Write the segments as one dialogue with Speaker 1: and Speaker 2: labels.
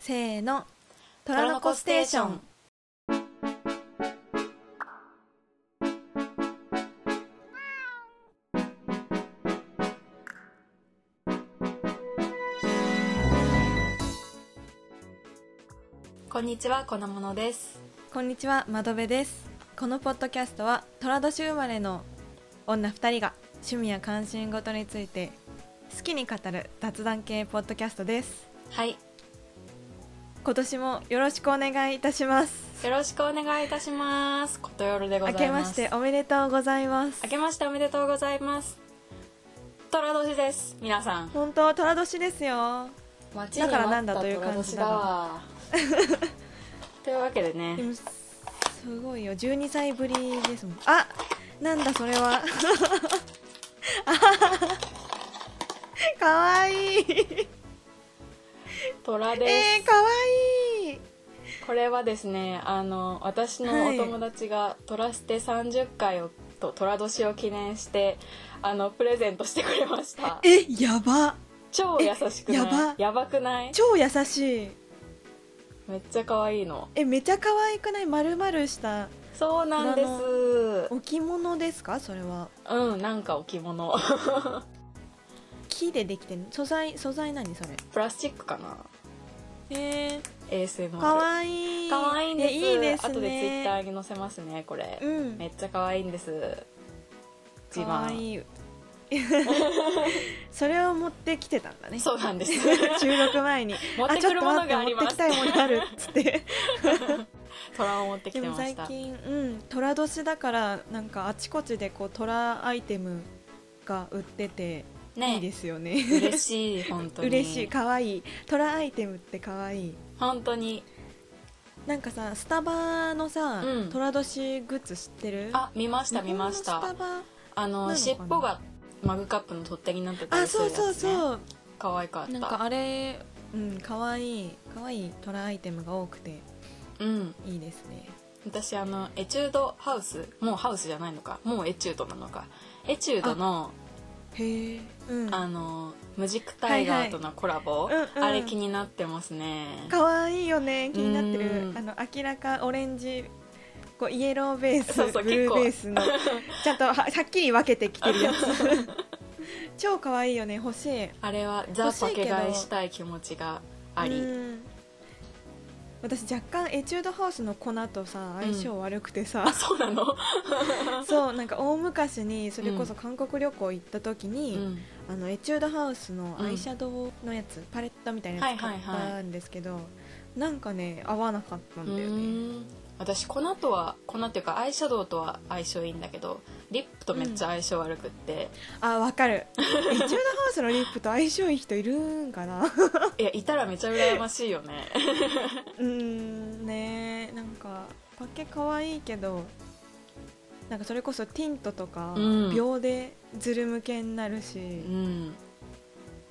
Speaker 1: せーの虎の子ステーション
Speaker 2: こんにちは、このものです。
Speaker 1: こんにちは窓辺ですこのポッドキャストは虎年生まれの女2人が趣味や関心事について好きに語る雑談系ポッドキャストです
Speaker 2: はい、
Speaker 1: 今年もよろしくお願いいたします
Speaker 2: よろしくお願いいたします。ことよろでござ
Speaker 1: 明
Speaker 2: います。
Speaker 1: けましておめでとうございます
Speaker 2: 明けましておめでとうございます。虎年です、皆さん。
Speaker 1: 本当虎年ですよ
Speaker 2: 待
Speaker 1: だからなんだという感じだ
Speaker 2: わ。 というわけで
Speaker 1: で
Speaker 2: ね、
Speaker 1: もすごいよ12歳ぶりですもんあなんだそれは あははかわいい
Speaker 2: 虎です、
Speaker 1: えー、かわいい
Speaker 2: これはですね、あの私のお友達が虎捨て30回をと虎年を記念してあのプレゼントしてくれました。
Speaker 1: えやば
Speaker 2: 超優しくない
Speaker 1: えやば
Speaker 2: やばくない
Speaker 1: 超優しい
Speaker 2: めっちゃ可愛いの
Speaker 1: えめちゃ可愛くない丸々した
Speaker 2: そうなんで
Speaker 1: あの
Speaker 2: す
Speaker 1: 置物ですかそれは
Speaker 2: うんなんか置物
Speaker 1: 木でできてる素材素材何それ
Speaker 2: プラスチックかな
Speaker 1: え
Speaker 2: ASMR
Speaker 1: ー、かわいい
Speaker 2: 可愛いんです
Speaker 1: えいいですね
Speaker 2: 後でツイッターに載せますねこれ、
Speaker 1: うん
Speaker 2: めっちゃ可愛いんです自
Speaker 1: かわ
Speaker 2: 慢
Speaker 1: いいそれを持ってきてたんだね
Speaker 2: そうなんです
Speaker 1: 収録前に
Speaker 2: 持ってくるものがあります
Speaker 1: ちょっと待って持ってきたいものあるっつって
Speaker 2: 虎を持ってき
Speaker 1: で
Speaker 2: て
Speaker 1: も
Speaker 2: まし
Speaker 1: 最
Speaker 2: た
Speaker 1: 近うん虎年だからなんかあちこちでこう虎アイテムが売ってていい
Speaker 2: ね
Speaker 1: ですよね
Speaker 2: 嬉しい本当に
Speaker 1: 嬉しい可愛い虎アイテムって可愛い
Speaker 2: 本当に
Speaker 1: なんかさスタバのさ、
Speaker 2: うん
Speaker 1: 虎年グッズ知ってる
Speaker 2: あ見まし
Speaker 1: 日
Speaker 2: た
Speaker 1: 本の
Speaker 2: 見まし
Speaker 1: スタ
Speaker 2: た
Speaker 1: バなのか
Speaker 2: あの
Speaker 1: な
Speaker 2: 尻尾がマグカップの取っ手になってた
Speaker 1: あ
Speaker 2: りする
Speaker 1: そ
Speaker 2: や
Speaker 1: う
Speaker 2: つ、ね、
Speaker 1: そうそう、
Speaker 2: 可愛かった
Speaker 1: なんかあれうん可愛い可愛い虎アイテムが多くて
Speaker 2: うん
Speaker 1: いいですね
Speaker 2: 私あのエチュードハウスもうハウスじゃないのかもうエチュードなのかエチュードの
Speaker 1: へえうん
Speaker 2: あのムジックタイガーとのコラボ、
Speaker 1: はいはいうんうん
Speaker 2: あれ気になってますね
Speaker 1: 可愛いよね気になって
Speaker 2: う
Speaker 1: る
Speaker 2: ん
Speaker 1: あの明らかオレンジこうイエローベース
Speaker 2: そうそう
Speaker 1: ブル
Speaker 2: 結
Speaker 1: ー
Speaker 2: 構
Speaker 1: ベース のちゃんとははっきり分けてきてるやつ 超可愛いよね欲しい
Speaker 2: あれはザ・
Speaker 1: 欲しい
Speaker 2: パ
Speaker 1: け
Speaker 2: ケ
Speaker 1: ど
Speaker 2: 買いしたい気持ちがあり、
Speaker 1: うん私若干エチュードハウスの粉とさ相性悪くて
Speaker 2: あ
Speaker 1: さ、
Speaker 2: そうなの、
Speaker 1: そうなんか大昔にそれこそ韓国旅行行った時
Speaker 2: う
Speaker 1: に、
Speaker 2: ん、
Speaker 1: あのエチュードハウスのアイシャドウのやつ、パレットみたいなやつ
Speaker 2: はい
Speaker 1: 買
Speaker 2: は
Speaker 1: っ
Speaker 2: いはい
Speaker 1: たんですけど、なんかね合わなかったんだよ
Speaker 2: う
Speaker 1: ね
Speaker 2: ーん私粉とは粉っていうかアイシャドウとは相性いいんだけどリップとめっちゃ相性悪くって、
Speaker 1: あわかるエチュードハウスのリップと相性いい人いるんか なう
Speaker 2: いやいたらめちゃ羨ましいよね
Speaker 1: ーんねえなんかパッケ可愛いけどなんかそれこそティントとか、
Speaker 2: うん
Speaker 1: 秒でズル向けになる
Speaker 2: う
Speaker 1: し、
Speaker 2: ん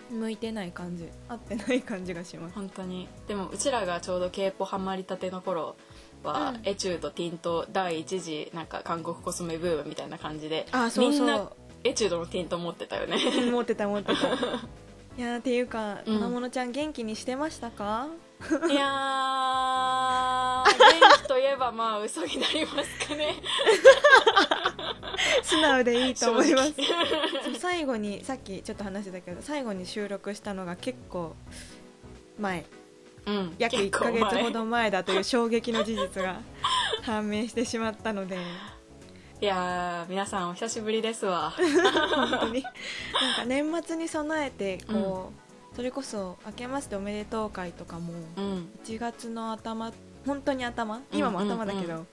Speaker 1: 向いてない感じ合ってない感じがします
Speaker 2: 本当にでもうちらがちょうど k p o ハマりたての頃は、
Speaker 1: うん
Speaker 2: エチュードティント第一次なんか韓国コスメブームみたいな感じで
Speaker 1: あそう
Speaker 2: み
Speaker 1: そ
Speaker 2: ん
Speaker 1: う
Speaker 2: なエチュードのティント持ってたよ ね
Speaker 1: うん持ってた持ってたいやーっていうか
Speaker 2: うん
Speaker 1: 玉物ちゃん元気にしてました か、
Speaker 2: いやー元気といえばまあ嘘になりますかね
Speaker 1: 素直でいいと思います
Speaker 2: 正
Speaker 1: そう最後にさっきちょっと話してたけど最後に収録したのが結構前
Speaker 2: 直うん
Speaker 1: 約1
Speaker 2: 結
Speaker 1: ヶ
Speaker 2: 構前
Speaker 1: 月ほど前だという衝撃の事実 が判明してしまったので
Speaker 2: いやー皆さんお久しぶりですわ
Speaker 1: 本当になんか年末に備えてこう、それこそ「明けましておめでとう会」とかも
Speaker 2: うん
Speaker 1: 1月の頭本当に頭今も頭だけど、
Speaker 2: うんうんう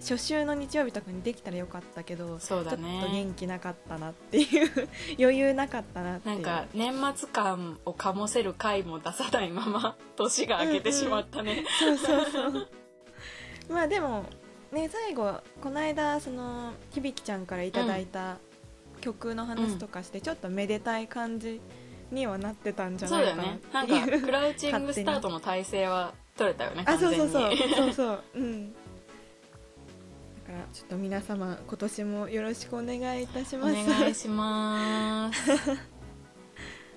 Speaker 1: 初週の日曜日とかにできたらよかったけど
Speaker 2: そうだ
Speaker 1: ちょっと
Speaker 2: ね
Speaker 1: 元気なかったなっていう余裕なかったなってい
Speaker 2: な
Speaker 1: うん
Speaker 2: か年末感を醸せる回も出さない まま年が明けてしまったね、
Speaker 1: そうそうそうまあでもね最後この間その響ちゃんからいただいた曲の話とかして、ちょっとめでたい感じにはなってたんじ ゃ
Speaker 2: そう
Speaker 1: ない
Speaker 2: だ
Speaker 1: か
Speaker 2: よね
Speaker 1: な
Speaker 2: な
Speaker 1: っ
Speaker 2: ん
Speaker 1: ていう
Speaker 2: かクラウチングスタートの体勢は取れたよね
Speaker 1: あ
Speaker 2: 完
Speaker 1: そう
Speaker 2: 全
Speaker 1: そう
Speaker 2: に
Speaker 1: そうそうそううんだからちょっと皆様今年もよろしくお願いいたし
Speaker 2: お
Speaker 1: ます
Speaker 2: 願 いします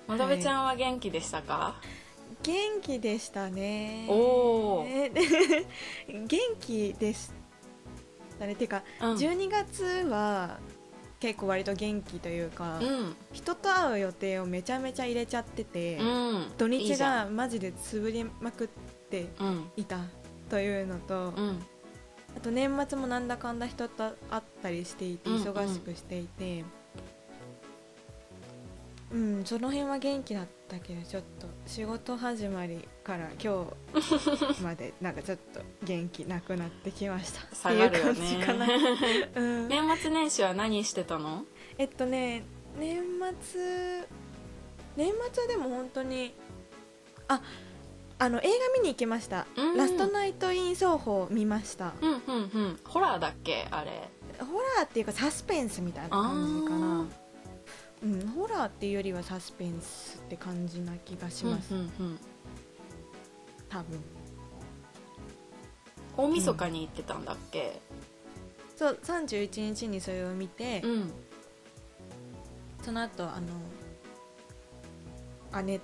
Speaker 2: まどべちゃんは元気でしたか、
Speaker 1: 元気でしたね
Speaker 2: おー
Speaker 1: えで元気でしたねてか、
Speaker 2: うん
Speaker 1: 12月は結構割と元気というか、
Speaker 2: うん
Speaker 1: 人と会う予定をめちゃめちゃ入れちゃってて、
Speaker 2: うん
Speaker 1: 土
Speaker 2: いい
Speaker 1: 日
Speaker 2: じゃん
Speaker 1: がマジで潰れまくって
Speaker 2: うん
Speaker 1: いたというのと、
Speaker 2: うん
Speaker 1: あと年末もなんだかんだ人と会ったりしていて
Speaker 2: うんうん
Speaker 1: 忙しくしていてうん、その辺は元気だったけどちょっと仕事始まりから今日までなんかちょっと元気なくなってきましたって
Speaker 2: 下
Speaker 1: い
Speaker 2: が
Speaker 1: う
Speaker 2: るよ
Speaker 1: 感じかな、
Speaker 2: ね
Speaker 1: うん、
Speaker 2: 年末年始は何してたの
Speaker 1: えっとね年末年末はでも本当にああの映画見に行きました「
Speaker 2: うん
Speaker 1: ラストナイト・イン・奏法」見ました
Speaker 2: うんうんうんホラーだっけあれ
Speaker 1: ホラーっていうかサスペンスみたいな感じかなうん、ホラーっていうよりはサスペンスって感じな気がします、
Speaker 2: うんうんうん
Speaker 1: 多分
Speaker 2: 大晦日に行ってたんだっけ
Speaker 1: そう31日にそれを見て、
Speaker 2: うん
Speaker 1: その後あの姉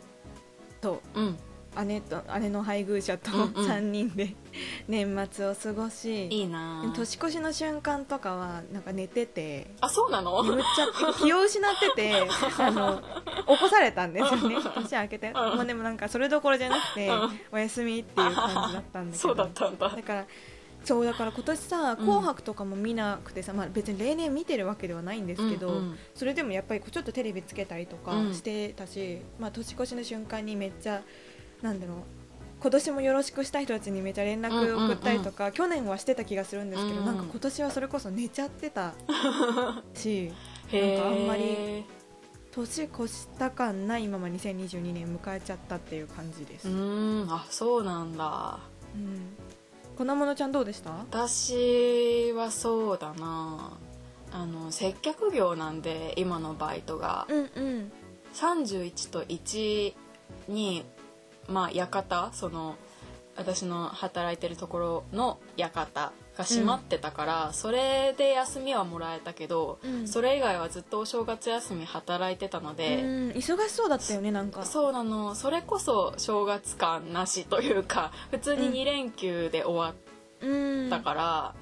Speaker 1: と
Speaker 2: うん
Speaker 1: 姉と姉の配偶者と
Speaker 2: うんうん
Speaker 1: 3人で 年末を過ごし
Speaker 2: いいなぁ
Speaker 1: 年越しの瞬間とかはなんか寝てて
Speaker 2: あそうなの
Speaker 1: 眠っちゃって気を失ってて あの起こされたんですよね年明けて
Speaker 2: うん
Speaker 1: もうでもなんかそれどころじゃなくて
Speaker 2: うん
Speaker 1: お休みっていう感じだったんだけど
Speaker 2: そうだったんだ
Speaker 1: だからそうだから今年さ「
Speaker 2: うん
Speaker 1: 紅白」とかも見なくてさ、まあ、別に例年見てるわけではないんですけど、
Speaker 2: うんうん
Speaker 1: それでもやっぱりこうちょっとテレビつけたりとか
Speaker 2: うん
Speaker 1: してたし、まあ、年越しの瞬間にめっちゃなんだろう今年もよろしくしたい人たちにめちゃ連絡送ったりとか、去年はしてた気がするんですけど、
Speaker 2: うんうん
Speaker 1: なんか今年はそれこそ寝ちゃって たし
Speaker 2: へー
Speaker 1: なんかあんまり年越した感ないまま2022年迎えちゃったっていう感じです、
Speaker 2: うーんあそうなんだ
Speaker 1: うん粉物ちゃんどうでした
Speaker 2: 私はそうだなあの接客業なんで今のバイトが
Speaker 1: うんうん
Speaker 2: 31と1にまあ館その私の働いてるところの館が閉まってたから、それで休みはもらえたけど、
Speaker 1: うん
Speaker 2: それ以外はずっとお正月休み働いてたので、
Speaker 1: うん、忙しそうだったよねなんか
Speaker 2: そうなのそれこそ正月感なしというか普通に2連休で終わ
Speaker 1: うん
Speaker 2: ったから、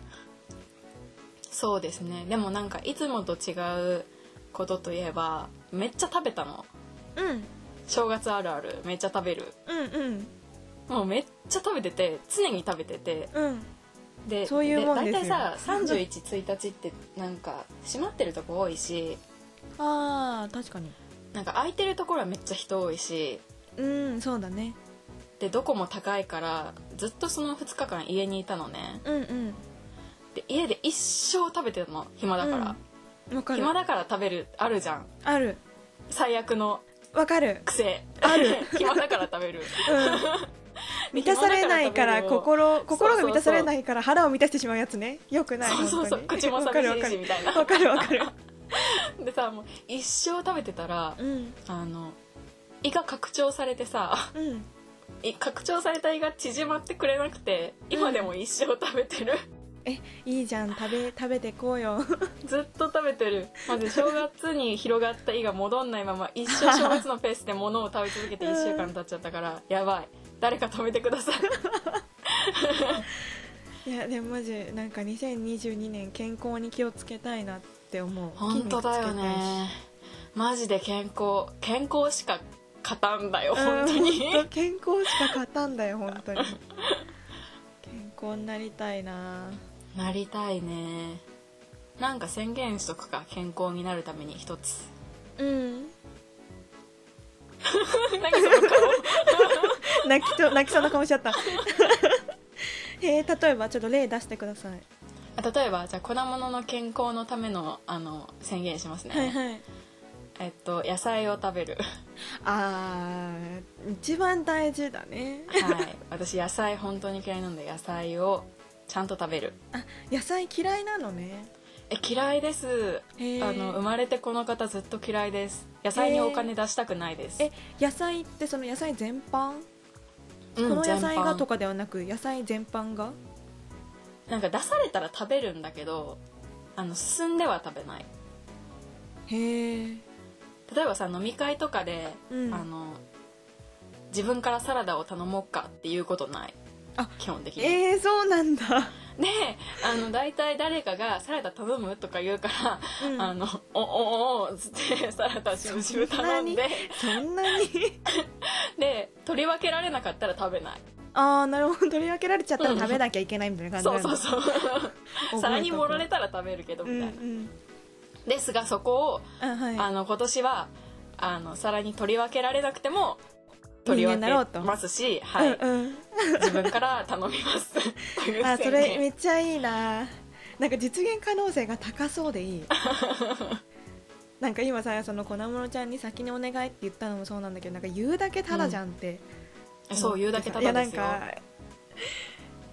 Speaker 2: そうですねでもなんかいつもと違うことといえばめっちゃ食べたの
Speaker 1: うん
Speaker 2: 正月あるあるめっちゃ食べる
Speaker 1: うんうん
Speaker 2: もうめっちゃ食べてて常に食べてて
Speaker 1: うん
Speaker 2: で
Speaker 1: そういうもんですよ
Speaker 2: 大体さ311日ってなんか閉まってるとこ多いし
Speaker 1: あー確かに
Speaker 2: なんか空いてるところはめっちゃ人多いし
Speaker 1: うんそうだね
Speaker 2: でどこも高いからずっとその2日間家にいたのね
Speaker 1: うんうん
Speaker 2: で家で一生食べてたの暇だから、
Speaker 1: わかる
Speaker 2: 暇だから食べるあるじゃん
Speaker 1: ある
Speaker 2: 最悪の
Speaker 1: わかる、
Speaker 2: 癖
Speaker 1: ある
Speaker 2: 暇だから食 べる
Speaker 1: うん、満たされないから
Speaker 2: 暇だ食べる
Speaker 1: 心心
Speaker 2: そうそう
Speaker 1: が
Speaker 2: そう
Speaker 1: 満たされないから腹を満たしてしまうやつねよくない
Speaker 2: そうそうそう
Speaker 1: 本当に
Speaker 2: 口も
Speaker 1: わか
Speaker 2: 寂
Speaker 1: るわ
Speaker 2: しい
Speaker 1: か
Speaker 2: し
Speaker 1: る
Speaker 2: みたいな
Speaker 1: わかるわかる
Speaker 2: でさもう一生食べてたら
Speaker 1: うん
Speaker 2: あの胃が拡張されてさ
Speaker 1: うん
Speaker 2: い拡張された胃が縮まってくれなくて今でも一生食べてる、
Speaker 1: いいじゃん食べ食べてこうよ
Speaker 2: ずっと食べてるまず正月に広がった胃が戻んないまま一生正月のペースで物を食べ続けて1週間経っちゃったからやばい誰か止めてください
Speaker 1: いやでもマジなんか2022年健康に気をつけたいなって思う
Speaker 2: 本当だよねマジで健康健康しか勝たんだよ
Speaker 1: うん
Speaker 2: 本当に
Speaker 1: 本当健康しか勝たんだよ本 当に健康になりたいな
Speaker 2: なりたいねなんか宣言しとくか健康になるために一つ
Speaker 1: うん
Speaker 2: なんかその顔
Speaker 1: 泣きと泣きそうな顔しちゃった えー、例えばちょっと例出してください
Speaker 2: 例えばじゃあ粉物の健康のためのあの宣言しますね、
Speaker 1: はいはい
Speaker 2: えっと野菜を食べる
Speaker 1: あー一番大事だね
Speaker 2: はい私野菜本当に嫌いなんで野菜をちゃんと食べる
Speaker 1: あ野菜嫌いなのね
Speaker 2: え嫌いです
Speaker 1: へー
Speaker 2: あの生まれてこの方ずっと嫌いです野菜にお金出したくないです
Speaker 1: え野菜ってその野菜全般、
Speaker 2: うん
Speaker 1: この野菜
Speaker 2: 全
Speaker 1: が
Speaker 2: 般
Speaker 1: とかではなく野菜全般が
Speaker 2: なんか出されたら食べるんだけどあの進んでは食べない
Speaker 1: へえ
Speaker 2: 例えばさ飲み会とかで、
Speaker 1: うん
Speaker 2: あの自分からサラダを頼もうかっていうことない
Speaker 1: あ
Speaker 2: 基本的に、
Speaker 1: えー、そうなんだ、
Speaker 2: であの大体誰かが「サラダ頼む?」とか言うから
Speaker 1: う
Speaker 2: 「
Speaker 1: ん
Speaker 2: あのおおおお」っつって サラダしぶしぶ頼んで
Speaker 1: そんなに
Speaker 2: で取り分けられなかったら食べない
Speaker 1: ああなるほど取り分けられちゃったら食べなきゃいけないみたいな
Speaker 2: そ
Speaker 1: 感
Speaker 2: う
Speaker 1: じ
Speaker 2: そ うそう
Speaker 1: う
Speaker 2: 皿に盛られたら食べるけど
Speaker 1: うんう
Speaker 2: みたいな、
Speaker 1: ん
Speaker 2: ですがそこを
Speaker 1: あはい
Speaker 2: あの今年はあの皿に取り分けられなくても取り分
Speaker 1: 人間だろう
Speaker 2: け
Speaker 1: と
Speaker 2: ます し、はい
Speaker 1: うんうん
Speaker 2: 自分から頼みます という
Speaker 1: あ
Speaker 2: 宣
Speaker 1: それ
Speaker 2: 言
Speaker 1: めっちゃいいななんか実現可能性が高そうでい いなんか今さその粉物ちゃんに先にお願いって言ったのもそうなんだけどなんか言うだけただじゃんって、
Speaker 2: そう言うだけただですよ
Speaker 1: いやなんか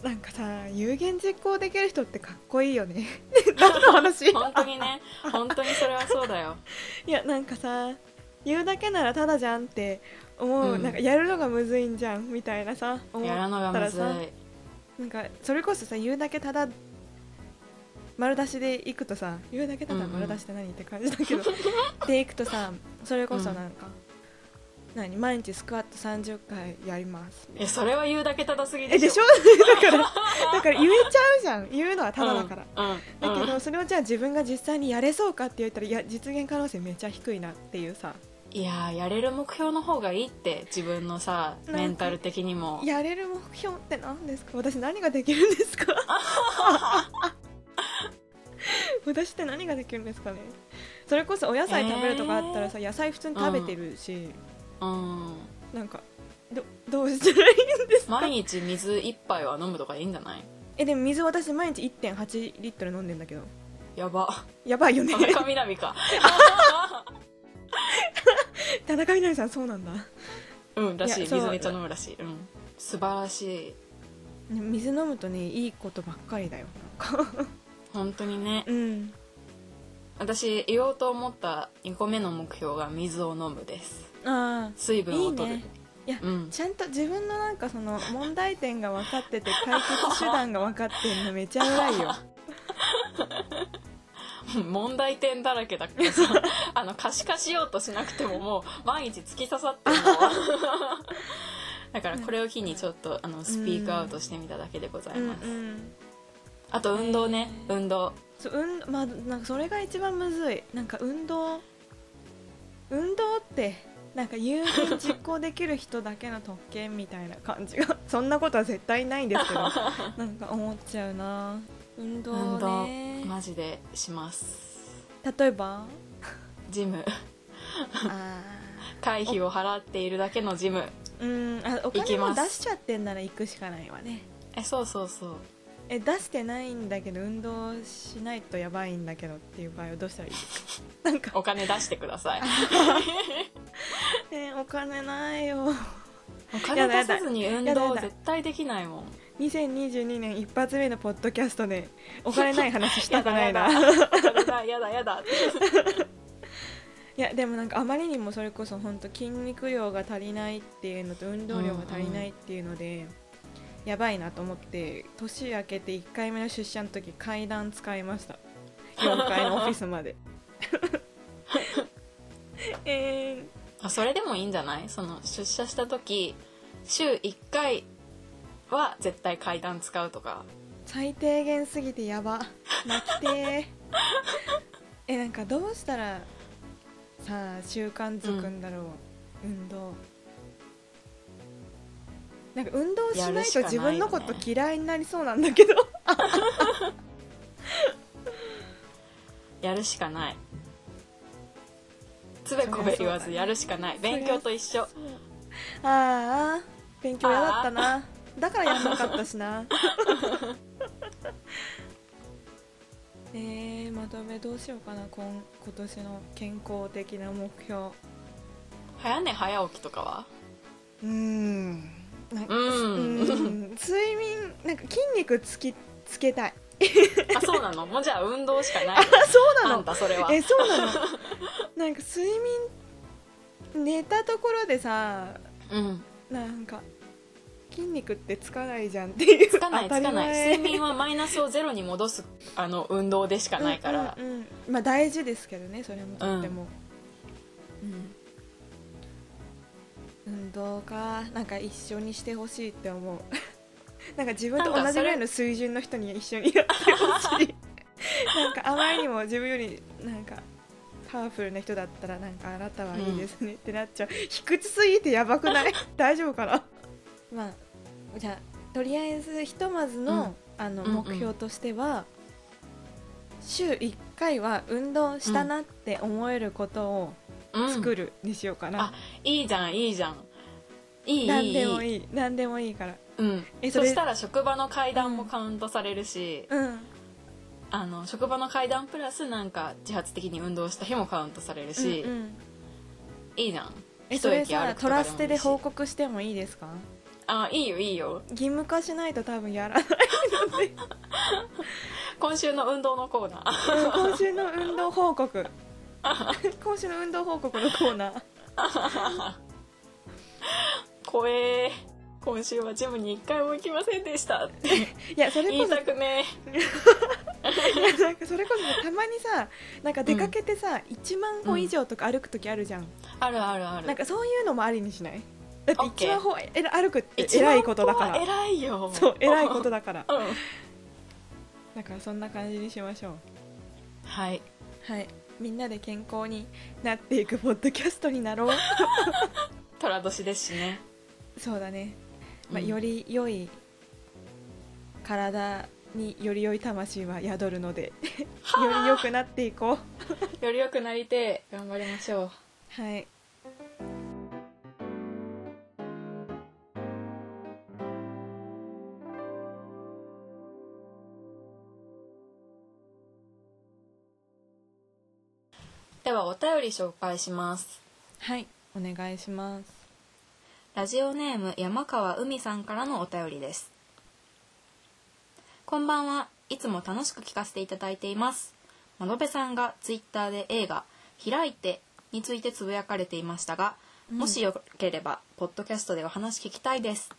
Speaker 1: なんかさ有言実行できる人ってかっこいいよね 何の話
Speaker 2: 本当にね本当にそれはそうだ よ
Speaker 1: いやなんかさ言うだけならただじゃんって思う、
Speaker 2: うん
Speaker 1: なんかやるのがむずいんじゃんみたいなさ思っ
Speaker 2: やらのが
Speaker 1: た
Speaker 2: む
Speaker 1: ら
Speaker 2: ずい
Speaker 1: さなんかそれこそさ言うだけただ丸出しでいくとさ言うだけただ丸出しって何って感じだ けど、でいくとさそれこそなんか、何毎日スクワット30回やります
Speaker 2: えそれは言うだけただすぎ
Speaker 1: え
Speaker 2: でしょ
Speaker 1: でしょ だ からだから言えちゃうじゃん言うのはただだから、
Speaker 2: うん、うん
Speaker 1: だけ
Speaker 2: うん
Speaker 1: どそれをじゃあ自分が実際にやれそうかって言ったらいや実現可能性めっちゃ低いなっていうさ
Speaker 2: いやーやれる目標の方がいいって自分のさ
Speaker 1: なんか
Speaker 2: メンタル的にも
Speaker 1: やれる目標って何ですか私何ができるんですか 私って何ができるんですかねそれこそお野菜食べるとかあったらさ、野菜普通に食べてるし、
Speaker 2: うん
Speaker 1: なんかどどうしたらいいんですか
Speaker 2: 毎日水一杯は飲むとかでいいんじゃない
Speaker 1: えでも水私毎日1.8リットル飲んでんだけど
Speaker 2: やば
Speaker 1: やばいよね
Speaker 2: 田中みな実か
Speaker 1: 田中みな実さんそうなんだ
Speaker 2: うんらしい
Speaker 1: いやそう
Speaker 2: 水めっちゃ飲むらしい、うん、素晴らしい
Speaker 1: ね水飲むとねいいことばっかりだよなんか
Speaker 2: 本当にね
Speaker 1: うん
Speaker 2: 私言おうと思った2個目の目標が水を飲むです
Speaker 1: あ
Speaker 2: 水
Speaker 1: あ
Speaker 2: 分
Speaker 1: いい
Speaker 2: を取る
Speaker 1: ねいや、
Speaker 2: うん
Speaker 1: ちゃんと自分のなんかその問題点が分かってて解決手段が分かってんのめちゃ偉い よ
Speaker 2: 問題点だらけだから さあの可視化しようとしなくてももう毎日突き刺さってるの だからこれを機にちょっとあのスピークアウトしてみただけでござい
Speaker 1: うんう
Speaker 2: ます、
Speaker 1: ん
Speaker 2: あと運動ね運動
Speaker 1: そううんまあなんかそれが一番むずいなんか運動運動ってなんか有言実行できる人だけの特権みたいな感じがそんなことは絶対ないんです けどなんか思っちゃうな運動
Speaker 2: 運動
Speaker 1: ね
Speaker 2: マジでします
Speaker 1: 例えば
Speaker 2: ジ ム
Speaker 1: あ
Speaker 2: 会費を払っているだけのジム
Speaker 1: ーうんあお
Speaker 2: 行き
Speaker 1: 金も
Speaker 2: ま
Speaker 1: 出し
Speaker 2: す
Speaker 1: ちゃってんなら行くしかないわね
Speaker 2: えそうそうそう
Speaker 1: え出してないんだけど運動しないとやばいんだけどっていう場合はどう したらいいですかなんか、
Speaker 2: お金出してく ださい
Speaker 1: えーお金ないよ
Speaker 2: お金出さずに運
Speaker 1: やだや
Speaker 2: 動
Speaker 1: だ
Speaker 2: 絶対できないもん
Speaker 1: 2022年一発目のポッドキャストでお金ない話したくないな
Speaker 2: や
Speaker 1: い
Speaker 2: だやだやだやだやだ
Speaker 1: やでもなんかあまりにもそれこそ本当筋肉量が足りないっていうのと運動量が足りないっていうので、やばいなと思って年明けて1回目の出社の時階段使いました4階のオフィスま で えー、
Speaker 2: あそれでもいいんじゃないその出社した時週1回は絶対階段使うとか
Speaker 1: 最低限すぎてやば泣きてーえなんかどうしたらさあ習慣づくんだろう、運動なんか運動し
Speaker 2: や
Speaker 1: な
Speaker 2: る
Speaker 1: い
Speaker 2: し
Speaker 1: と
Speaker 2: かな
Speaker 1: 自
Speaker 2: いよ
Speaker 1: 分
Speaker 2: ね
Speaker 1: のこと嫌いになりそうなんだけど
Speaker 2: やるしかないつべこべ言わずやるしかない勉強と一緒
Speaker 1: ああ勉強嫌だったなだからやんなかったしな えー、まとめどうしようかな今今年の健康的な目標
Speaker 2: 早寝早起きと かは
Speaker 1: うーんなんか
Speaker 2: う
Speaker 1: うんん睡眠なんか筋肉つきつけたい
Speaker 2: あそうなのもうじゃあ運動しかない
Speaker 1: そう
Speaker 2: あ
Speaker 1: なんの
Speaker 2: たそれは
Speaker 1: えそうなのなんか睡眠寝たところでさ
Speaker 2: うん
Speaker 1: なんか筋肉ってつかないじゃんっていう
Speaker 2: つかないつ
Speaker 1: 当た
Speaker 2: か
Speaker 1: り
Speaker 2: ない
Speaker 1: 前
Speaker 2: 睡眠はマイナスをゼロに戻すあの運動でしかないから
Speaker 1: うんうんうんまあ大事ですけどねそれもとっても、うん運どうかなんか一緒にしてほしいって思う なんか自分と同じぐらいの水準の人に一緒にやってほ しいなんかあまりにも自分よりなんかパワフルな人だったらなんかあなたはいいですねってなっちゃう、卑屈すぎてやばくない 大丈夫かなまあじゃあとりあえずひとまずの,、あの
Speaker 2: うんうん
Speaker 1: 目標としては、週1回は運動したなって思えることを
Speaker 2: うん
Speaker 1: 作るにしようかな、
Speaker 2: あいいじゃんいいじゃんいい
Speaker 1: 何でも
Speaker 2: いい
Speaker 1: いい何でもいいから
Speaker 2: うん、
Speaker 1: えそ
Speaker 2: そ
Speaker 1: れ
Speaker 2: したら職場の階段もカウントされるし、
Speaker 1: うん
Speaker 2: あの職場の階段プラスなんか自発的に運動した日もカウントされるし、
Speaker 1: うんうん
Speaker 2: いいじゃん
Speaker 1: えそれさ
Speaker 2: く
Speaker 1: トラステで報
Speaker 2: し
Speaker 1: 告してもいいですか
Speaker 2: あいいよいいよ
Speaker 1: 義務化しないと多分や らない
Speaker 2: 今週の運動のコーナー
Speaker 1: 今週の運動報告今週の運動報告のコー ナー
Speaker 2: 怖え今週はジムに一回も行きませんでしたって
Speaker 1: いやそれ
Speaker 2: 言
Speaker 1: こそ
Speaker 2: いたくね
Speaker 1: いやなんかそれこそたまにさなんか出かけてさ、1万歩以上とか歩く時あるじゃん、
Speaker 2: あるあるある
Speaker 1: なんかそういうのもありにしないだって
Speaker 2: オッケ
Speaker 1: 1万
Speaker 2: ー
Speaker 1: 歩えら歩くって
Speaker 2: 一
Speaker 1: 偉
Speaker 2: 番
Speaker 1: いことだか
Speaker 2: は
Speaker 1: ら
Speaker 2: 偉いよ
Speaker 1: そう偉いこと
Speaker 2: だ
Speaker 1: だから
Speaker 2: うん
Speaker 1: だからそんな感じにしましょう
Speaker 2: はい
Speaker 1: はいみんなで健康になっていくポッドキャストにな ろう
Speaker 2: 寅年ですしね、
Speaker 1: そうだねまあ、
Speaker 2: うん
Speaker 1: より良い体により良い魂は宿るの でより良くなっていこう。
Speaker 2: より良くなりてえ頑張りましょう
Speaker 1: はい
Speaker 2: ではお便り紹介します
Speaker 1: はいお願いします。
Speaker 2: ラジオネーム山川海さんからのお便りですこんばんはいつも楽しく聞かせていただいています窓辺さんがツイッターで映画「開いて」についてつぶやかれていましたが
Speaker 1: うん
Speaker 2: もしよければポッドキャストでお話聞きたいです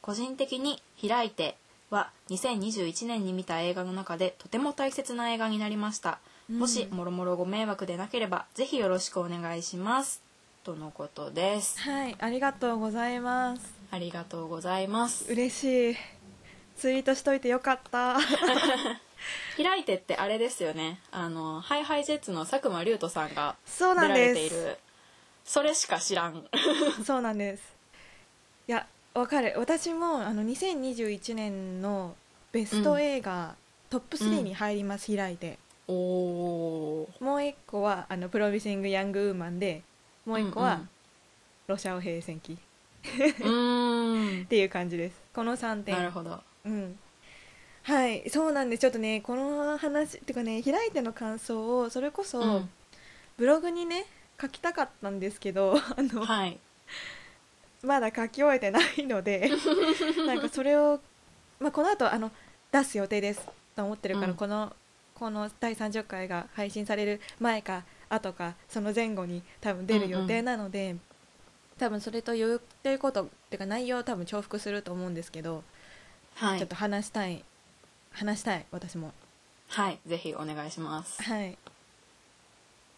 Speaker 2: 個人的に「開いて」は2021年に見た映画の中でとても大切な映画になりました
Speaker 1: うん
Speaker 2: もしもろもろご迷惑でなければぜひよろしくお願いしますとのことです
Speaker 1: はいありがとうございます。
Speaker 2: ありがとうございます。
Speaker 1: 嬉しいツイートしといてよか った。
Speaker 2: 開いてってあれですよね。あの、ハイハイジェッツの佐久間龍斗さんが
Speaker 1: そう
Speaker 2: 出
Speaker 1: なん
Speaker 2: られて
Speaker 1: で
Speaker 2: いる。それしか知らん。
Speaker 1: す。そうなんです。いやわかる私もあの2021年のベスト映画、トップ3に入ります、開いて。
Speaker 2: おお。
Speaker 1: もう一個はあのプロビシング・ヤング・ウーマンでもう一個は、
Speaker 2: うんうん
Speaker 1: ロシアオ平戦記っ
Speaker 2: うーん。
Speaker 1: ていう感じですこの3点
Speaker 2: なるほど。
Speaker 1: うんはいそうなんですちょっとねこの話っていうかね開いての感想をそれこそ、
Speaker 2: うん
Speaker 1: ブログにね書きたかったんですけど あの
Speaker 2: はい。
Speaker 1: まだ書き終えてないの でなんかそれを、まあ、この後あの出す予定ですと思ってるから、
Speaker 2: うん
Speaker 1: このこの第30回が配信される前か後かその前後に多分出る予定なので、多分それと言ってることっていうか内容多分重複すると思うんですけど、
Speaker 2: は
Speaker 1: ちょっ
Speaker 2: い。
Speaker 1: と話したい話したい私も
Speaker 2: はい。ぜひお願いします。
Speaker 1: はい。え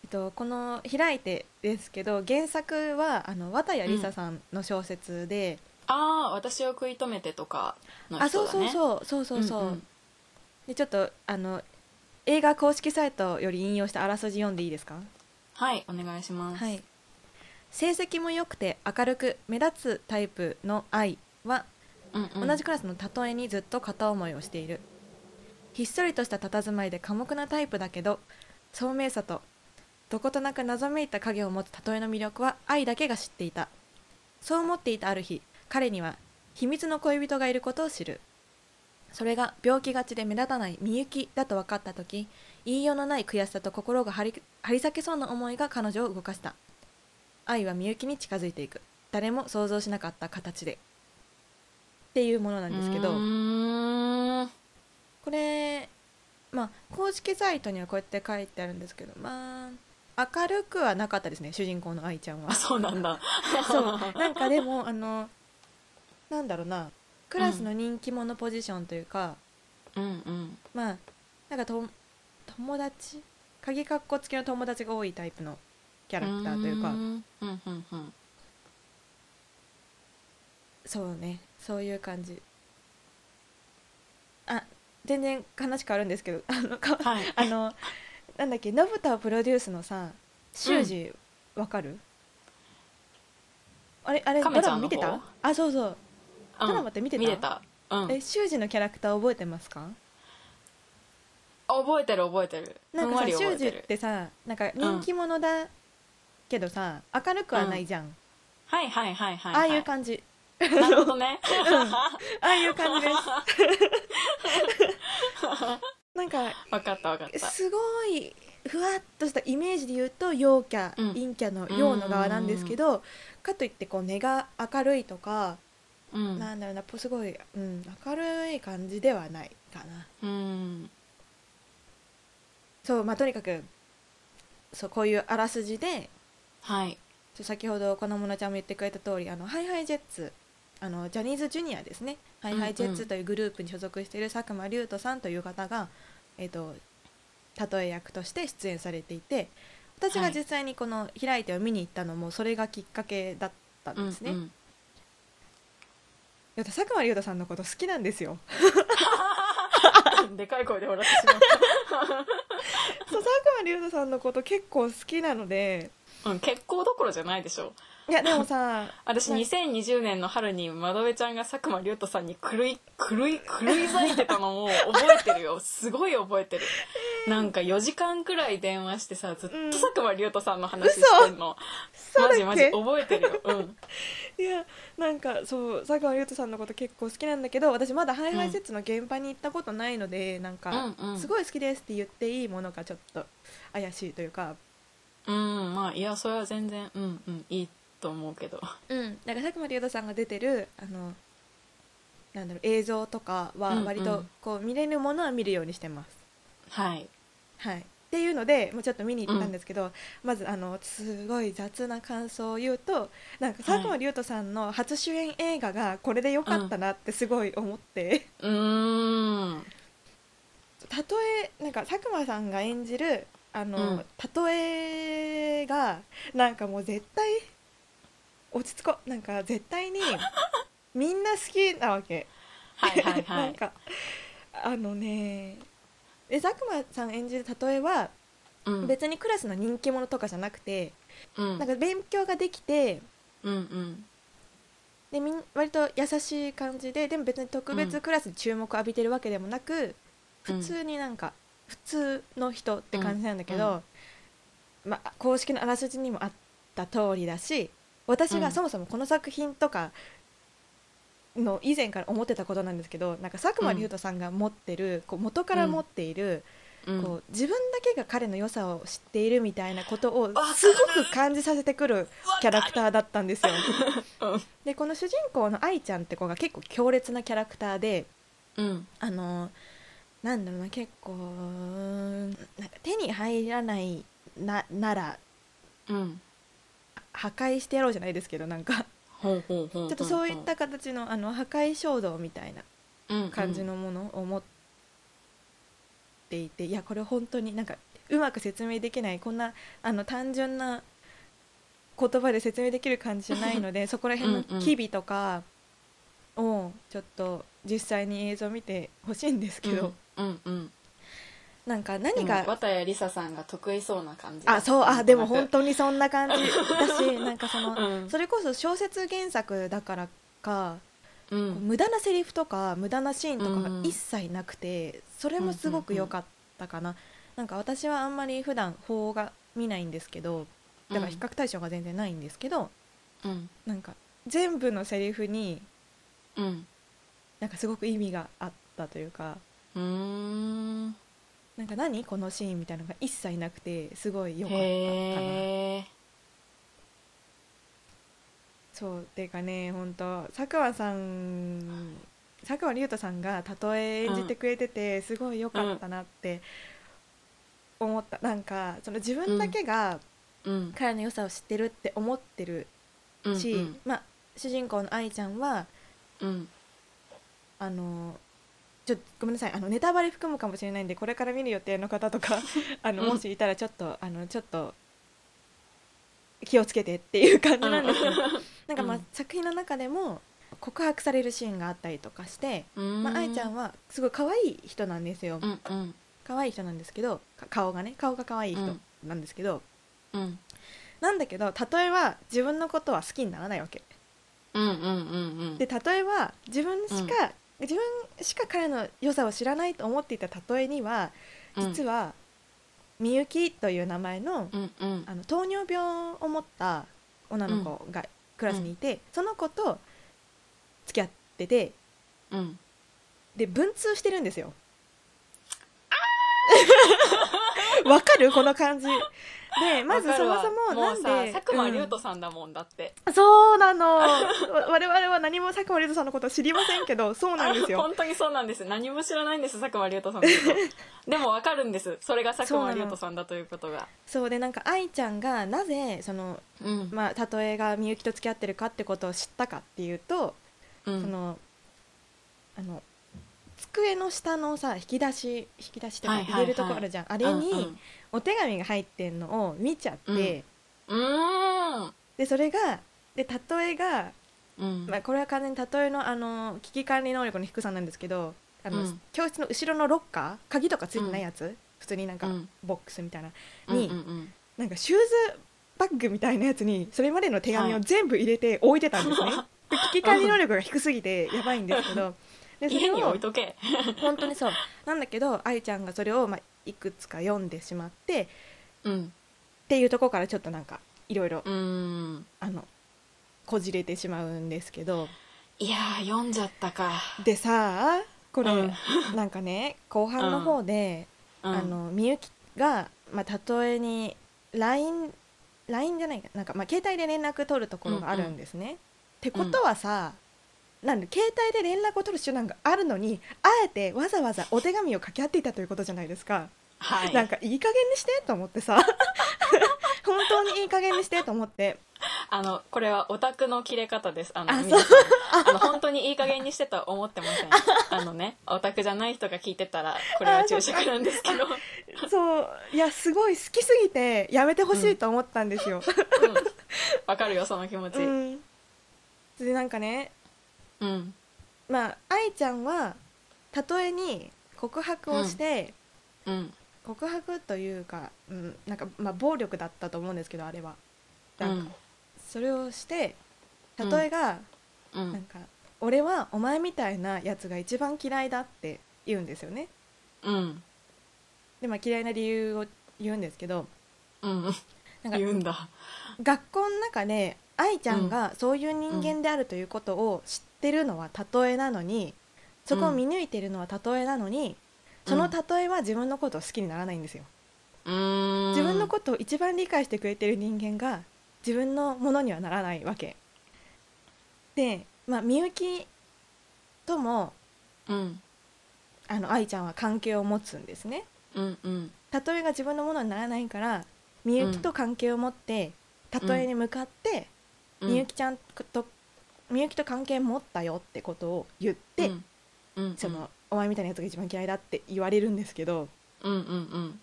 Speaker 1: っと、この「開いて」ですけど原作はあの綿谷りささんの小説で、
Speaker 2: ああ、私を食い止めてとかの
Speaker 1: あ
Speaker 2: 人
Speaker 1: そう
Speaker 2: だ
Speaker 1: そ
Speaker 2: ね。
Speaker 1: うそうそうそうそう、
Speaker 2: んん
Speaker 1: でちょっとあの映画公式サイトより引用したあらすじ読んでいいですか
Speaker 2: はい。お願いします。
Speaker 1: はい成績も良くて明るく目立つタイプの愛は
Speaker 2: うんうん。
Speaker 1: 同じクラスの例えにずっと片思いをしているひっそりとした佇まいで寡黙なタイプだけど聡明さとどことなく謎めいた影を持つ例えの魅力は愛だけが知っていたそう思っていたある日彼には秘密の恋人がいることを知るそれが病気がちで目立たないみゆきだと分かった時言いようのない悔しさと心が張り張り裂けそうな思いが彼女を動かした愛はみゆきに近づいていく誰も想像しなかった形でっていうものなんですけど
Speaker 2: うーん。
Speaker 1: これまあ公式サイトにはこうやって書いてあるんですけどまあ明るくはなかったですね主人公の愛ちゃんは
Speaker 2: あ、そうなんだ。
Speaker 1: そう なんかでもあのなんだろうなクラスの人気者ポジションというか、
Speaker 2: うんうん。
Speaker 1: まあなんかと友達鍵かっこつきの友達が多いタイプのキャラクターというか
Speaker 2: うんうんうん。
Speaker 1: そうねそういう感じあ全然話変わるんですけどあのか
Speaker 2: はい
Speaker 1: あのなんだっけ信太プロデュースのさ修二わかる、あれあれド
Speaker 2: 亀ち
Speaker 1: ラ
Speaker 2: ゃ
Speaker 1: マ
Speaker 2: んの
Speaker 1: 見
Speaker 2: 方
Speaker 1: てたあそうそう、
Speaker 2: うん
Speaker 1: ドラマって見てた
Speaker 2: 見れた、うん、
Speaker 1: え修二のキャラクター覚えてますか
Speaker 2: あ覚えてる覚えてる
Speaker 1: なん
Speaker 2: ふ
Speaker 1: か
Speaker 2: わり
Speaker 1: さ
Speaker 2: 覚
Speaker 1: 修
Speaker 2: え
Speaker 1: 二
Speaker 2: て
Speaker 1: っ
Speaker 2: る
Speaker 1: てさなんか人気者だけどさ明るくはないじゃん、
Speaker 2: はいはいはいはい、
Speaker 1: ああ
Speaker 2: はい
Speaker 1: いう感じ、
Speaker 2: なるほどね
Speaker 1: ああいう感じですなんか
Speaker 2: わかったわかった
Speaker 1: すごいふわっとしたイメージで言うと陽キャ、
Speaker 2: うん
Speaker 1: 陰キャの陽の側なんですけどかといってこう根が明るいとか、
Speaker 2: うん
Speaker 1: なんだろうなぽすごい、うん、明るい感じではないかな
Speaker 2: うん
Speaker 1: そうまあとにかくそうこういうあらすじで
Speaker 2: はい
Speaker 1: ちょ先ほどこのものちゃんも言ってくれた通りあのハイハイジェッツあのジャニーズジュニアですねハイハイジェッツというグループに所属している佐久間龍斗さんという方が、えっと例え役として出演されていて私
Speaker 2: は
Speaker 1: が
Speaker 2: い
Speaker 1: 実際にこの「開いて」を見に行ったのもそれがきっかけだったんですね。
Speaker 2: うんうん
Speaker 1: だって佐久間龍斗さんのこと好きなんです よ。
Speaker 2: でかい声で笑ってしまっ
Speaker 1: そう佐久間龍斗さんのこと結構好きなので
Speaker 2: た、うん、結構どころじゃないでしょ
Speaker 1: いやでもさ
Speaker 2: 私
Speaker 1: なんか
Speaker 2: 2020年の春に窓辺ちゃんが佐久間龍斗さんに狂 い狂い狂い咲いてたのを覚えてるよすごい覚えてるなんか4時間くらい電話してさずっと
Speaker 1: うん
Speaker 2: 佐久間龍斗さんの話してんの、
Speaker 1: そうだ
Speaker 2: マ
Speaker 1: っ
Speaker 2: ジ
Speaker 1: け
Speaker 2: マジ覚えてるようん
Speaker 1: いやなんかそう佐川優斗さんのこと結構好きなんだけど私まだハイハイセッツの現場に行ったことないので、なんか、
Speaker 2: うんうん
Speaker 1: すごい好きですって言っていいものかちょっと怪しいというか
Speaker 2: うんまあいやそれは全然うんうんいいと思うけど
Speaker 1: うんなんか佐久間龍斗さんが出てるあのなんだろう映像とか
Speaker 2: うんう
Speaker 1: は
Speaker 2: ん
Speaker 1: 割とこう見れるものは見るようにしてます、
Speaker 2: はい
Speaker 1: はいっていうのでもうちょっと見に行ったんですけど、まずあのすごい雑な感想を言うとなんか佐久間龍斗さんの初主演映画がこれで良かったなってすごい思って。
Speaker 2: うーん
Speaker 1: たとえなんか佐久間さんが演じるあの、
Speaker 2: うん
Speaker 1: たとえがなんかもう絶対落ち着こうなんか絶対 にみんな好きなわけ、
Speaker 2: はいはいは
Speaker 1: なん
Speaker 2: い
Speaker 1: かあのねで佐久間さん演じるたとえは
Speaker 2: うん
Speaker 1: 別にクラスの人気者とかじゃなくて、
Speaker 2: うん
Speaker 1: なんか勉強ができて
Speaker 2: うんうん
Speaker 1: でみん割と優しい感じででも別に特別クラスに注目を浴びてるわけでもなく、普通になんか普通の人って感じなんだけど、まあ、公式のあらすじにもあった通りだし私
Speaker 2: う
Speaker 1: が
Speaker 2: ん
Speaker 1: そもそもこの作品とかの以前から思ってたことなんですけどなんか佐久間龍斗さんが持ってる、こう元から持っている、
Speaker 2: うん
Speaker 1: こう自分だけが彼の良さを知っているみたいなことを
Speaker 2: かる
Speaker 1: すごく感じさせてくるキャラクターだったんですよ。
Speaker 2: うん
Speaker 1: でこの主人公の愛ちゃんって子が結構強烈なキャラクターで。
Speaker 2: うん
Speaker 1: あのなんだろうな結構うーんなんか手に入らないななら
Speaker 2: うん
Speaker 1: 破壊してやろうじゃないですけどなんか
Speaker 2: ほうほうほう
Speaker 1: ち
Speaker 2: ほ
Speaker 1: ょ
Speaker 2: う
Speaker 1: っとそういった形のあの破壊衝動みたいな感じ
Speaker 2: うんう
Speaker 1: の
Speaker 2: ん
Speaker 1: ものを持っていていやこれ本当になんかうまく説明できないこんなあの単純な言葉で説明できる感じじゃないの でそこら辺の
Speaker 2: うんうん
Speaker 1: 機微とかをちょっと実際に映像見てほしいんですけど、
Speaker 2: うんうん
Speaker 1: なんか
Speaker 2: で
Speaker 1: 何
Speaker 2: も
Speaker 1: が
Speaker 2: 綿谷りささんが得意そうな感じ
Speaker 1: あそうあでも本
Speaker 2: 当
Speaker 1: 当にそんな感じだ しなんかその、
Speaker 2: うん
Speaker 1: それこそ小説原作だからか、
Speaker 2: う
Speaker 1: こうん無駄なセリフとか無駄なシーンとか
Speaker 2: う
Speaker 1: が
Speaker 2: ん
Speaker 1: 一切なくてそれもすごく良かったかな、なんか私はあんまり普段法が見ないんですけどだから比較対象が全然ないんですけど、
Speaker 2: うん
Speaker 1: なんか全部のセリフに
Speaker 2: うん
Speaker 1: なんかすごく意味があったというか
Speaker 2: うーん
Speaker 1: なんか何このシーンみたいなのが一切なくてすごい良かったかな。
Speaker 2: へえ
Speaker 1: そうてかね本当佐久間さん佐久間龍斗さんがたとえ演じてくれてて、すごい良かったなって思った、なんかその自分だけが
Speaker 2: うん
Speaker 1: 彼の良さを知ってるって思ってる
Speaker 2: うん
Speaker 1: し、まあ、主人公の愛ちゃんは
Speaker 2: うん
Speaker 1: あのちょっとごめんなさいあのネタバレ含むかもしれないんでこれから見る予定の方と かあの
Speaker 2: うん
Speaker 1: もしいたらちょっとあのちょっと 気をつけてっていう感じなんですけど、なんかまあ、
Speaker 2: うん
Speaker 1: 作品の中でも告白されるシーンがあったりとかして、まあ、愛ちゃん
Speaker 2: は
Speaker 1: はすごい可愛い人なんですよ、
Speaker 2: うんうん
Speaker 1: 可愛い人なんですけどか顔がね顔が可愛い人なんですけど、
Speaker 2: うん
Speaker 1: なんだけど例えば自分のことは好きにならないわけ
Speaker 2: うんうんうんうん
Speaker 1: で例えば自分しか、
Speaker 2: うん
Speaker 1: 自分しか彼の良さを知らないと思っていた例えには実
Speaker 2: は
Speaker 1: はみゆきという名前の,、
Speaker 2: うんうん
Speaker 1: あの糖尿病を持った女の子がクラスにいて、その子と付き合ってて
Speaker 2: うん
Speaker 1: で文通してるんですよ。 わかるこの感じでまず
Speaker 2: わか
Speaker 1: そ
Speaker 2: る
Speaker 1: も
Speaker 2: わ
Speaker 1: そもな
Speaker 2: もうんさ
Speaker 1: で
Speaker 2: 佐久間
Speaker 1: うん
Speaker 2: 龍斗さんだもんだって
Speaker 1: そうなのわ我々は何も佐久間龍斗さんのこと知りませんけどそうなんですよ
Speaker 2: 本当にそうなんです何も知らないんです佐久間龍斗さんのこと でもわかるんですそれが佐久間龍斗さんだということが
Speaker 1: そうでなんか愛ちゃんがなぜその
Speaker 2: うん
Speaker 1: まあ例えがみゆきと付き合ってるかってことを知ったかっていうと、
Speaker 2: う
Speaker 1: そ
Speaker 2: ん
Speaker 1: のあの机の下のさ引き出し引き出しとか
Speaker 2: はいはいはい
Speaker 1: 入れるとこあるじゃん、あれにお手紙が入ってんのを見ちゃって、
Speaker 2: うんうんうん
Speaker 1: でそれがで例えが、
Speaker 2: うん
Speaker 1: まあ、これは完全に例えのあの危機管理能力の低さなんですけどあの、
Speaker 2: うん
Speaker 1: 教室の後ろのロッカー鍵とかついてないやつ、普通になんか
Speaker 2: うん
Speaker 1: ボックスみたいな、
Speaker 2: うん
Speaker 1: に
Speaker 2: うんうん
Speaker 1: なんかシューズバッグみたいなやつにそれまでの手紙
Speaker 2: は
Speaker 1: を
Speaker 2: い
Speaker 1: 全部入れて置いてたんですね、で危機管理能力が低すぎてやばいんですけ どでそ
Speaker 2: 家
Speaker 1: れ
Speaker 2: に置
Speaker 1: を
Speaker 2: いとけ
Speaker 1: 本当にそうなんだけど愛ちゃんがそれを、まあ、いくつか読んでしまってっ
Speaker 2: うん
Speaker 1: ていうところからちょっとなんかいろいろ
Speaker 2: うん
Speaker 1: あのこじれてしまうんですけど
Speaker 2: いやー読んじゃったか
Speaker 1: でさこれ、
Speaker 2: うん
Speaker 1: なんかね後半の方で、
Speaker 2: うん
Speaker 1: あのみゆきが、まあ、例えに LINE, LINE じゃないかなんか、まあ、携帯で連絡取るところがあるんですね。ってことはさ、なんで携帯で連絡を取る手段があるのにあえてわざわざお手紙を掛け合っていたということじゃないですか。
Speaker 2: はい
Speaker 1: なんかいい加減にしてと思ってさ 本当にいい加減にしてと思って
Speaker 2: あのこれはオタクの切れ方ですあの
Speaker 1: あ
Speaker 2: 皆さんあの本当にいい加減にしてとは思ってま せんあのねオタクじゃない人が聞いてたらこれは注釈なんですけど、
Speaker 1: そういやすごい好きすぎてやめてほしいと思ったんですよ。
Speaker 2: うんわかるよその気持ち
Speaker 1: う、ん、でなんかね
Speaker 2: うん
Speaker 1: まあ愛ちゃんはたとえに告白をして、
Speaker 2: うん
Speaker 1: 告白というか、うん、なんかまあ暴力だったと思うんですけどあれは。
Speaker 2: う
Speaker 1: なんか
Speaker 2: ん
Speaker 1: それをしてたとえが、
Speaker 2: う
Speaker 1: なん
Speaker 2: ん
Speaker 1: か「俺はお前みたいなやつが一番嫌いだ」って言うんですよね。
Speaker 2: うん
Speaker 1: でまあ、嫌いな理由を言うんですけど
Speaker 2: うん
Speaker 1: なんか
Speaker 2: 言うんだ
Speaker 1: 学校の中で愛ちゃんがそういう人間であるということを知ってるのは例えなのにそこを見抜いてるのは例えなのに、その例えは自分のことを好きにならないんですよ、
Speaker 2: うーん
Speaker 1: 自分のことを一番理解してくれてる人間が自分のものにはならないわけでまあみゆきとも
Speaker 2: うん
Speaker 1: あの愛ちゃんは関係を持つんですね
Speaker 2: うんうん
Speaker 1: 例えが自分のものにならないからみゆきと関係を持って、例えに向かって、
Speaker 2: うん
Speaker 1: みゆきちゃんとみゆきと関係持ったよってことを言って、
Speaker 2: うんうん
Speaker 1: そのお前みたいなやつが一番嫌いだって言われるんですけど
Speaker 2: うんうんうん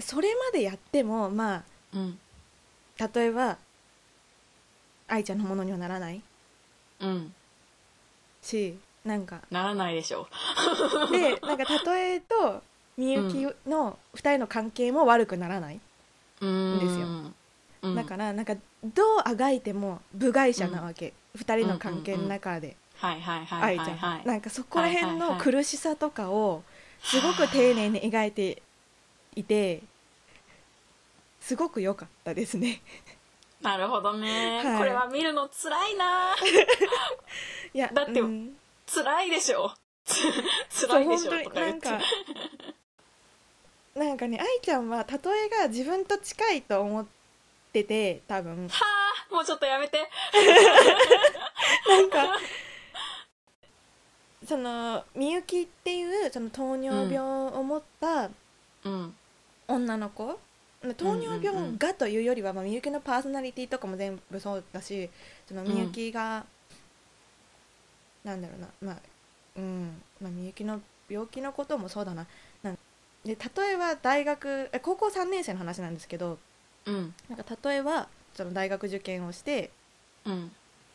Speaker 1: それまでやってもま
Speaker 2: うん
Speaker 1: あ例えば愛ちゃんのものにはならない
Speaker 2: うん
Speaker 1: しなん か
Speaker 2: ならないでしょ
Speaker 1: でなんか例えとみゆきの2人の関係も悪くならない、
Speaker 2: うーん
Speaker 1: ですよ
Speaker 2: うん
Speaker 1: だからなんかどうあがいても部外者なわけ、2人の関係の中で
Speaker 2: はいはいはい
Speaker 1: 愛
Speaker 2: は
Speaker 1: ちゃ
Speaker 2: い
Speaker 1: ん
Speaker 2: はい
Speaker 1: なんかそこら辺
Speaker 2: はい
Speaker 1: の
Speaker 2: はいはい
Speaker 1: 苦しさとかをすごく丁寧に描いていてすごく良かったですね
Speaker 2: なるほどね、
Speaker 1: はい
Speaker 2: これは見るの辛いない
Speaker 1: や
Speaker 2: だって
Speaker 1: うん
Speaker 2: 辛いでしょ辛
Speaker 1: そう
Speaker 2: いで
Speaker 1: 本
Speaker 2: し
Speaker 1: 当
Speaker 2: ょと
Speaker 1: に
Speaker 2: か
Speaker 1: な
Speaker 2: 言っ
Speaker 1: ん
Speaker 2: て
Speaker 1: かなんかね愛ちゃんは例えが自分と近いと思ってて多分
Speaker 2: はあもうちょっとやめて
Speaker 1: なんかそのみゆきっていうその糖尿病を持った
Speaker 2: うん
Speaker 1: 女の子糖尿病がというよりは、まあ、みゆきのパーソナリティとかも全部そうだしそのみゆきが、なんだろうなまあうんまあみゆきの病気のこともそうだななんで例えば大学え高校3年生の話なんですけど
Speaker 2: うん
Speaker 1: なんか例えばその大学受験をして
Speaker 2: うん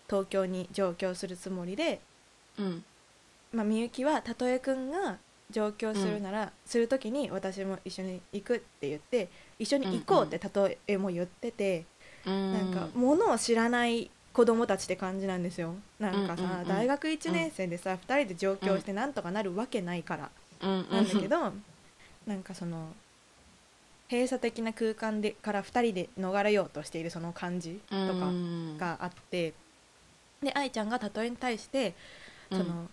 Speaker 1: 東京に上京するつもりで、
Speaker 2: うん
Speaker 1: まあ、みゆきはたとえくんが上京するなら、する時に私も一緒に行くって言って一緒に行こうってたとえも言ってて、
Speaker 2: うん
Speaker 1: なんか物を知らない子供たちって感じなんですよなんかさ、
Speaker 2: うんうんうん
Speaker 1: 大学1年生でさ、2人で上京してなんとかなるわけないから、
Speaker 2: うんうん、
Speaker 1: なんだけど、なんかその閉鎖的な空間でから2人で逃れようとしているその感じとか
Speaker 2: うん
Speaker 1: があって、で愛ちゃんが例えに対してその、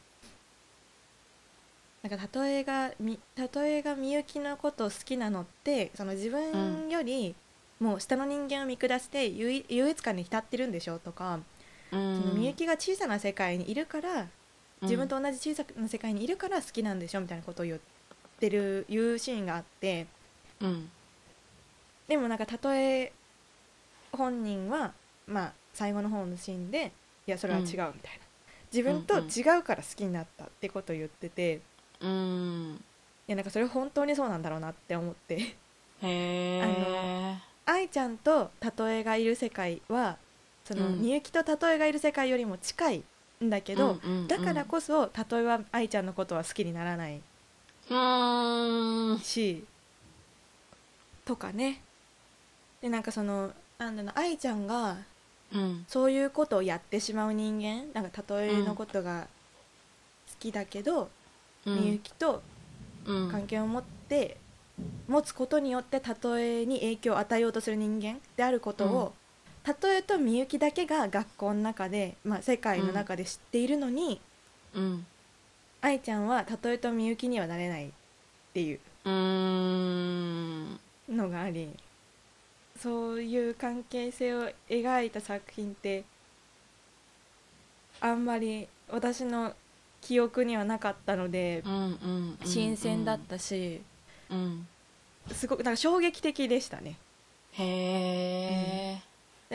Speaker 1: なんか例えがみ例えがみゆきのことを好きなのってその自分よりもう下の人間を見下して優位優越感に浸ってるんでしょとか、
Speaker 2: うん、
Speaker 1: そのみゆきが小さな世界にいるから
Speaker 2: うん
Speaker 1: 自分と同じ小さな世界にいるから好きなんでしょみたいなことを言ってる言うシーンがあって
Speaker 2: うん
Speaker 1: でもなんかたとえ本人はまあ最後の方のシーンでいやそれは違うみたいな、自分と違うから好きになったってことを言ってて、い
Speaker 2: うん
Speaker 1: やなんかそれ本当にそうなんだろうなって思って
Speaker 2: へえ
Speaker 1: 愛ちゃんとたとえがいる世界はその
Speaker 2: うん
Speaker 1: みゆきとたとえがいる世界よりも近いんだけど、
Speaker 2: うんうんうん
Speaker 1: だからこそたとえは愛ちゃんのことは好きにならないう
Speaker 2: ーん
Speaker 1: しとかねでなんかそのなんだろう愛ちゃんが
Speaker 2: うん
Speaker 1: そういうことをやってしまう人間なんか例えのことが好きだけど、
Speaker 2: うん
Speaker 1: みゆきと
Speaker 2: うん
Speaker 1: 関係を持って、持つことによって例えに影響を与えようとする人間であることを、例えとみゆきだけが学校の中で、まあ、世界の中で知っているのに、
Speaker 2: うん
Speaker 1: 愛ちゃんは例えとみゆきにはなれないっていう
Speaker 2: うーん
Speaker 1: のがありそういう関係性を描いた作品ってあんまり私の記憶にはなかったので
Speaker 2: うんうんうんうん
Speaker 1: 新鮮だったし
Speaker 2: うん
Speaker 1: すごくなんか衝撃的でしたね。
Speaker 2: へえ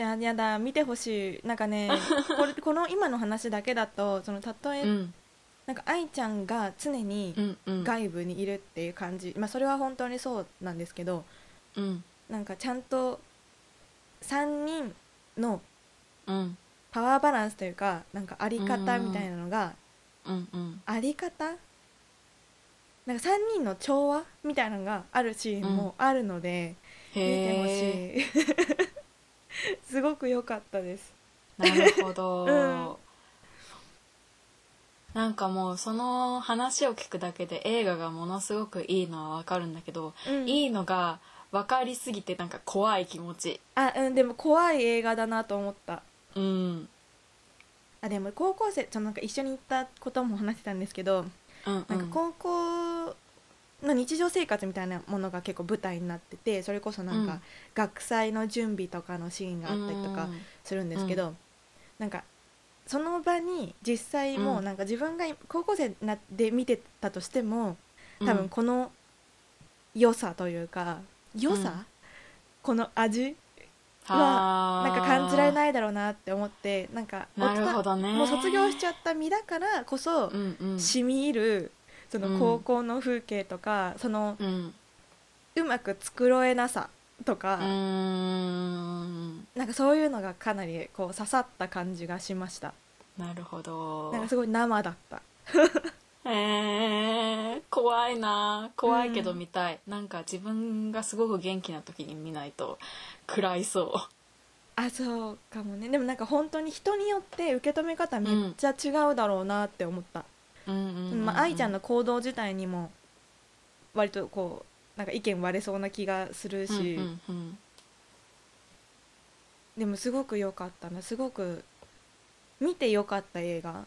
Speaker 1: いややだ見てほしいなんか ねこれこの今の話だけだとそのたとえ、
Speaker 2: うん
Speaker 1: なんか愛ちゃんが常に
Speaker 2: うんうん
Speaker 1: 外部にいるっていう感じ、まあ、それは本当にそうなんですけど
Speaker 2: うん
Speaker 1: なんかちゃんと3人の
Speaker 2: うん
Speaker 1: パワーバランスというかなんかあり方みたいなのが、
Speaker 2: うんうん
Speaker 1: あり方なんか3人の調和みたいなのがあるシーンもあるので、見
Speaker 2: へえ
Speaker 1: てほしい すごく良かったです
Speaker 2: なるほど、
Speaker 1: うん
Speaker 2: なんかもうその話を聞くだけで映画がものすごくいいのはわかるんだけど、
Speaker 1: うん
Speaker 2: いいのが分かりすぎてなんか怖い気持ち
Speaker 1: あうんでも怖い映画だなと思った
Speaker 2: うん
Speaker 1: あでも高校生そのなんか一緒に行ったことも話してたんですけど、
Speaker 2: うんう
Speaker 1: なん
Speaker 2: ん
Speaker 1: か高校の日常生活みたいなものが結構舞台になっててそれこそなん
Speaker 2: うん
Speaker 1: か学祭の準備とかのシーンがあったりとか、するんですけど、なんかその場に実際も
Speaker 2: う
Speaker 1: うんなんか自分が高校生なで見てたとしても
Speaker 2: うん
Speaker 1: 多分この良さというか良さ、
Speaker 2: うん
Speaker 1: この味
Speaker 2: は
Speaker 1: なんか感じられ
Speaker 2: い
Speaker 1: ないだろうなって思ってなんか
Speaker 2: なるほ
Speaker 1: 大
Speaker 2: どね
Speaker 1: 人もう卒業しちゃった身だからこそ
Speaker 2: うんうん
Speaker 1: 染み入るその高校の風景とか、その
Speaker 2: うん
Speaker 1: うまく繕えなさと
Speaker 2: う
Speaker 1: か、
Speaker 2: ーん
Speaker 1: なんかそういうのがかなりこう刺さった感じがしました
Speaker 2: なるほど
Speaker 1: なんかすごい生だった
Speaker 2: えー、怖いな怖いけど
Speaker 1: うん
Speaker 2: 見たい、なんか自分がすごく元気な時に見ないと食らいそ
Speaker 1: あそうかもねでもなんか本当に人によって受け止め方めっちゃ違うだろうなって思った、
Speaker 2: ううんうんうん、
Speaker 1: まあ、愛ちゃんの行動自体にも割とこうなんか意見割れそうな気がするし、
Speaker 2: うんうん
Speaker 1: でもすごく良かったなすごく見て良かった映画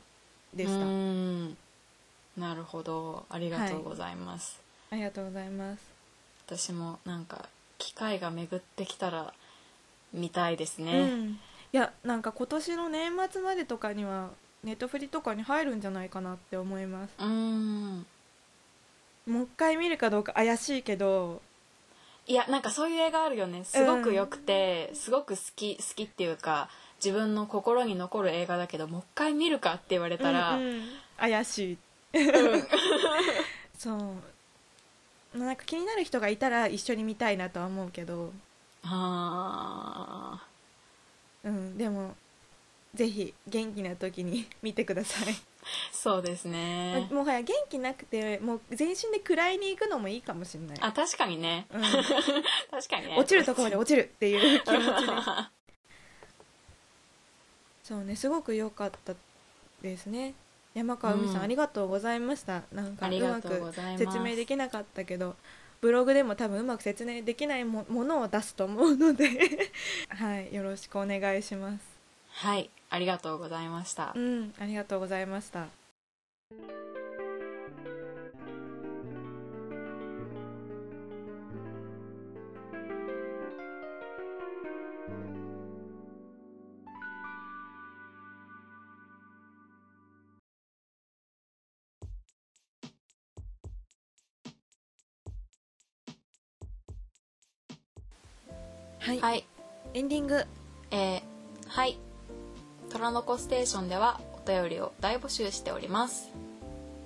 Speaker 2: う
Speaker 1: で
Speaker 2: ん
Speaker 1: した、
Speaker 2: うんなるほどありがとうございます、
Speaker 1: ありがとうございます
Speaker 2: 私もなんか機会が巡ってきたら見たいです
Speaker 1: う
Speaker 2: ね、
Speaker 1: んいやなんか今年の年末までとかにはネットフリとかに入るんじゃないかなって思います
Speaker 2: うーん、
Speaker 1: もう一回見るかどうか怪しいけど
Speaker 2: いやなんかそういう映画あるよねすごく良くて、すごく好き好きっていうか自分の心に残る映画だけどもう一回見るかって言われたら、
Speaker 1: うんうん怪しい そうまあなんか気になる人がいたら一緒に見たいなとは思うけど、
Speaker 2: あ
Speaker 1: うん、でもぜひ元気な時に 見てください、
Speaker 2: そうですね
Speaker 1: まもはや元気なくてもう全身で位に行くのもいいかもしれない、
Speaker 2: あ確かにね
Speaker 1: うん、
Speaker 2: 確かにね
Speaker 1: 落ちるところまで落ちるって いう気持ちでそうねすごく良かったですね山川海さん、
Speaker 2: うん
Speaker 1: ありがとうございましたなんか
Speaker 2: あ
Speaker 1: う
Speaker 2: りが
Speaker 1: ま
Speaker 2: とう
Speaker 1: く
Speaker 2: ございます
Speaker 1: 説明できなかったけどブログでも多分うまく説明できないもものを出すと思うので はいよろしくお願いします
Speaker 2: はいありがとうございました
Speaker 1: うん、ありがとうございました。はい、
Speaker 2: はい
Speaker 1: エンディング。
Speaker 2: えーはい「虎の子ステーション」ではお便りを大募集しております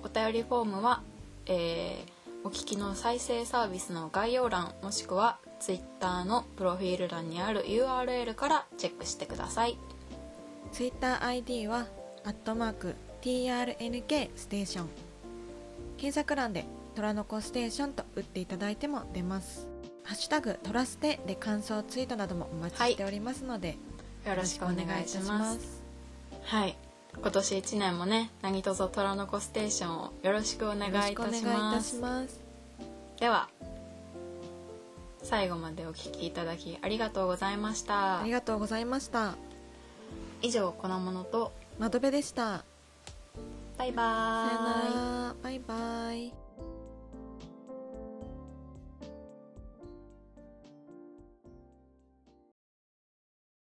Speaker 2: お便りフォームは、えーお聞きの再生サービスの概要欄もしくは Twitter のプロフィール欄にある URL からチェックしてください
Speaker 1: ツイッター ID は「アットマーク #TRNK ステーション」検索欄で「虎の子ステーション」と打っていただいても出ます「ハッシュタグトラステ」で感想ツイートなどもお待ちしておりますので、
Speaker 2: よろしくお願いします
Speaker 1: す
Speaker 2: はい今年1年もね何卒虎の子ステーションをよろしくお願
Speaker 1: よろ
Speaker 2: い
Speaker 1: し
Speaker 2: い
Speaker 1: くお
Speaker 2: た
Speaker 1: 願い
Speaker 2: し
Speaker 1: いた
Speaker 2: ま
Speaker 1: し
Speaker 2: す
Speaker 1: ます
Speaker 2: では最後までお聞きいただきありがとうございました
Speaker 1: ありがとうございました
Speaker 2: 以上粉物と
Speaker 1: 窓辺でした
Speaker 2: バ
Speaker 1: さ
Speaker 2: イバ
Speaker 1: よ
Speaker 2: ーイ
Speaker 1: ならバイバイ